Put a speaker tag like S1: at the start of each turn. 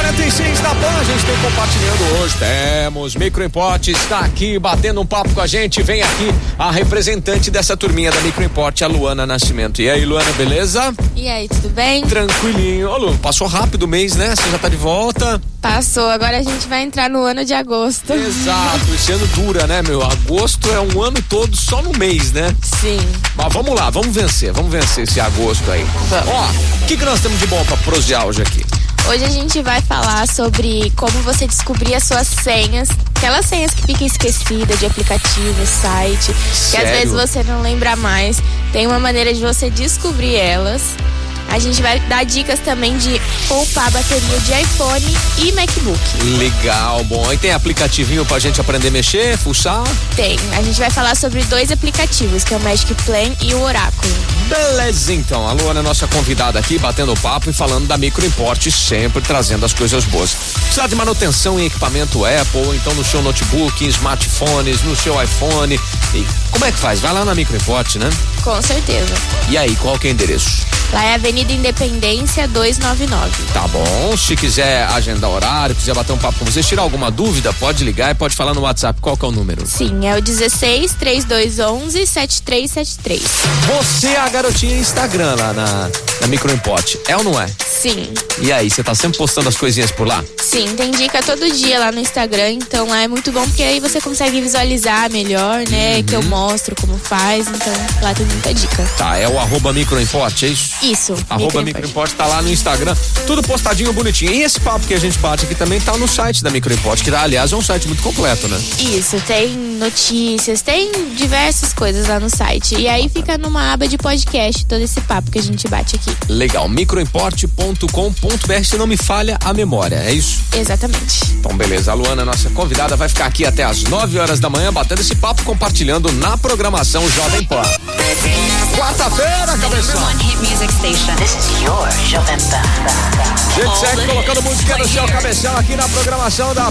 S1: Biratã, a gente tem compartilhando hoje. Temos Microimporte, está aqui batendo um papo com a gente. Vem aqui a representante dessa turminha da Microimporte, a Luana Nascimento. E aí, Luana, beleza?
S2: E aí, tudo bem?
S1: Tranquilinho. Ô, Lu, passou rápido o mês, né? Você já tá de volta.
S2: Passou, agora a gente vai entrar no ano de agosto.
S1: Exato, esse ano dura, né, meu? Agosto é um ano todo só no mês, né?
S2: Sim.
S1: Mas vamos lá, vamos vencer, vamos vencer esse agosto aí. Ó, o que, que nós temos de bom pra prosear hoje aqui?
S2: Hoje a gente vai falar sobre como você descobrir as suas senhas, aquelas senhas que ficam esquecidas de aplicativo, site, que às
S1: Sério?
S2: vezes você não lembra mais. Tem uma maneira de você descobrir elas. A gente vai dar dicas também de poupar bateria de iPhone e MacBook.
S1: Legal, bom. E tem aplicativinho pra gente aprender a mexer, fuçar?
S2: Tem. A gente vai falar sobre dois aplicativos, que é o Magic Plan e o Oráculo.
S1: Beleza, então. A Luana é nossa convidada aqui, batendo papo e falando da microimporte, sempre trazendo as coisas boas. Precisar de manutenção em equipamento Apple, ou então no seu notebook, em smartphones, no seu iPhone. E como é que faz? Vai lá na microimporte, né?
S2: Com certeza.
S1: E aí, qual que é o endereço?
S2: Lá é Avenida Independência 299.
S1: Tá bom. Se quiser agendar horário, quiser bater um papo com vocês, tirar alguma dúvida, pode ligar e pode falar no WhatsApp. Qual que é o número?
S2: Sim, é o 16 3211 7373.
S1: Você é a garotinha Instagram lá na, na microimporte. É ou não é?
S2: Sim,
S1: E aí, você tá sempre postando as coisinhas por lá?
S2: sim, tem dica todo dia lá no Instagram, então lá é muito bom porque aí você consegue visualizar melhor, né? Que eu mostro como faz, então lá tem muita dica.
S1: Tá, é o arroba microimporte, é isso?
S2: Isso.
S1: Arroba
S2: microimporte.
S1: Microimporte tá lá no Instagram, tudo postadinho bonitinho. E esse papo que a gente bate aqui também tá no site da Microimporte, que aliás é um site muito completo, né?
S2: Isso, tem notícias, tem diversas coisas lá no site. E aí fica numa aba de podcast todo esse papo que a gente bate aqui.
S1: Legal, microimporte.com.br, se não me falha a memória, é isso?
S2: Exatamente.
S1: Então, beleza, a Luana, nossa convidada, vai ficar aqui até as 9 horas da manhã, batendo esse papo, compartilhando na programação Jovem Pan. Quarta-feira,
S3: Number
S1: cabeção!
S3: one hit music station.
S4: This is your Jovem Pan.
S1: Gente, segue colocando música no seu cabeção aqui na programação da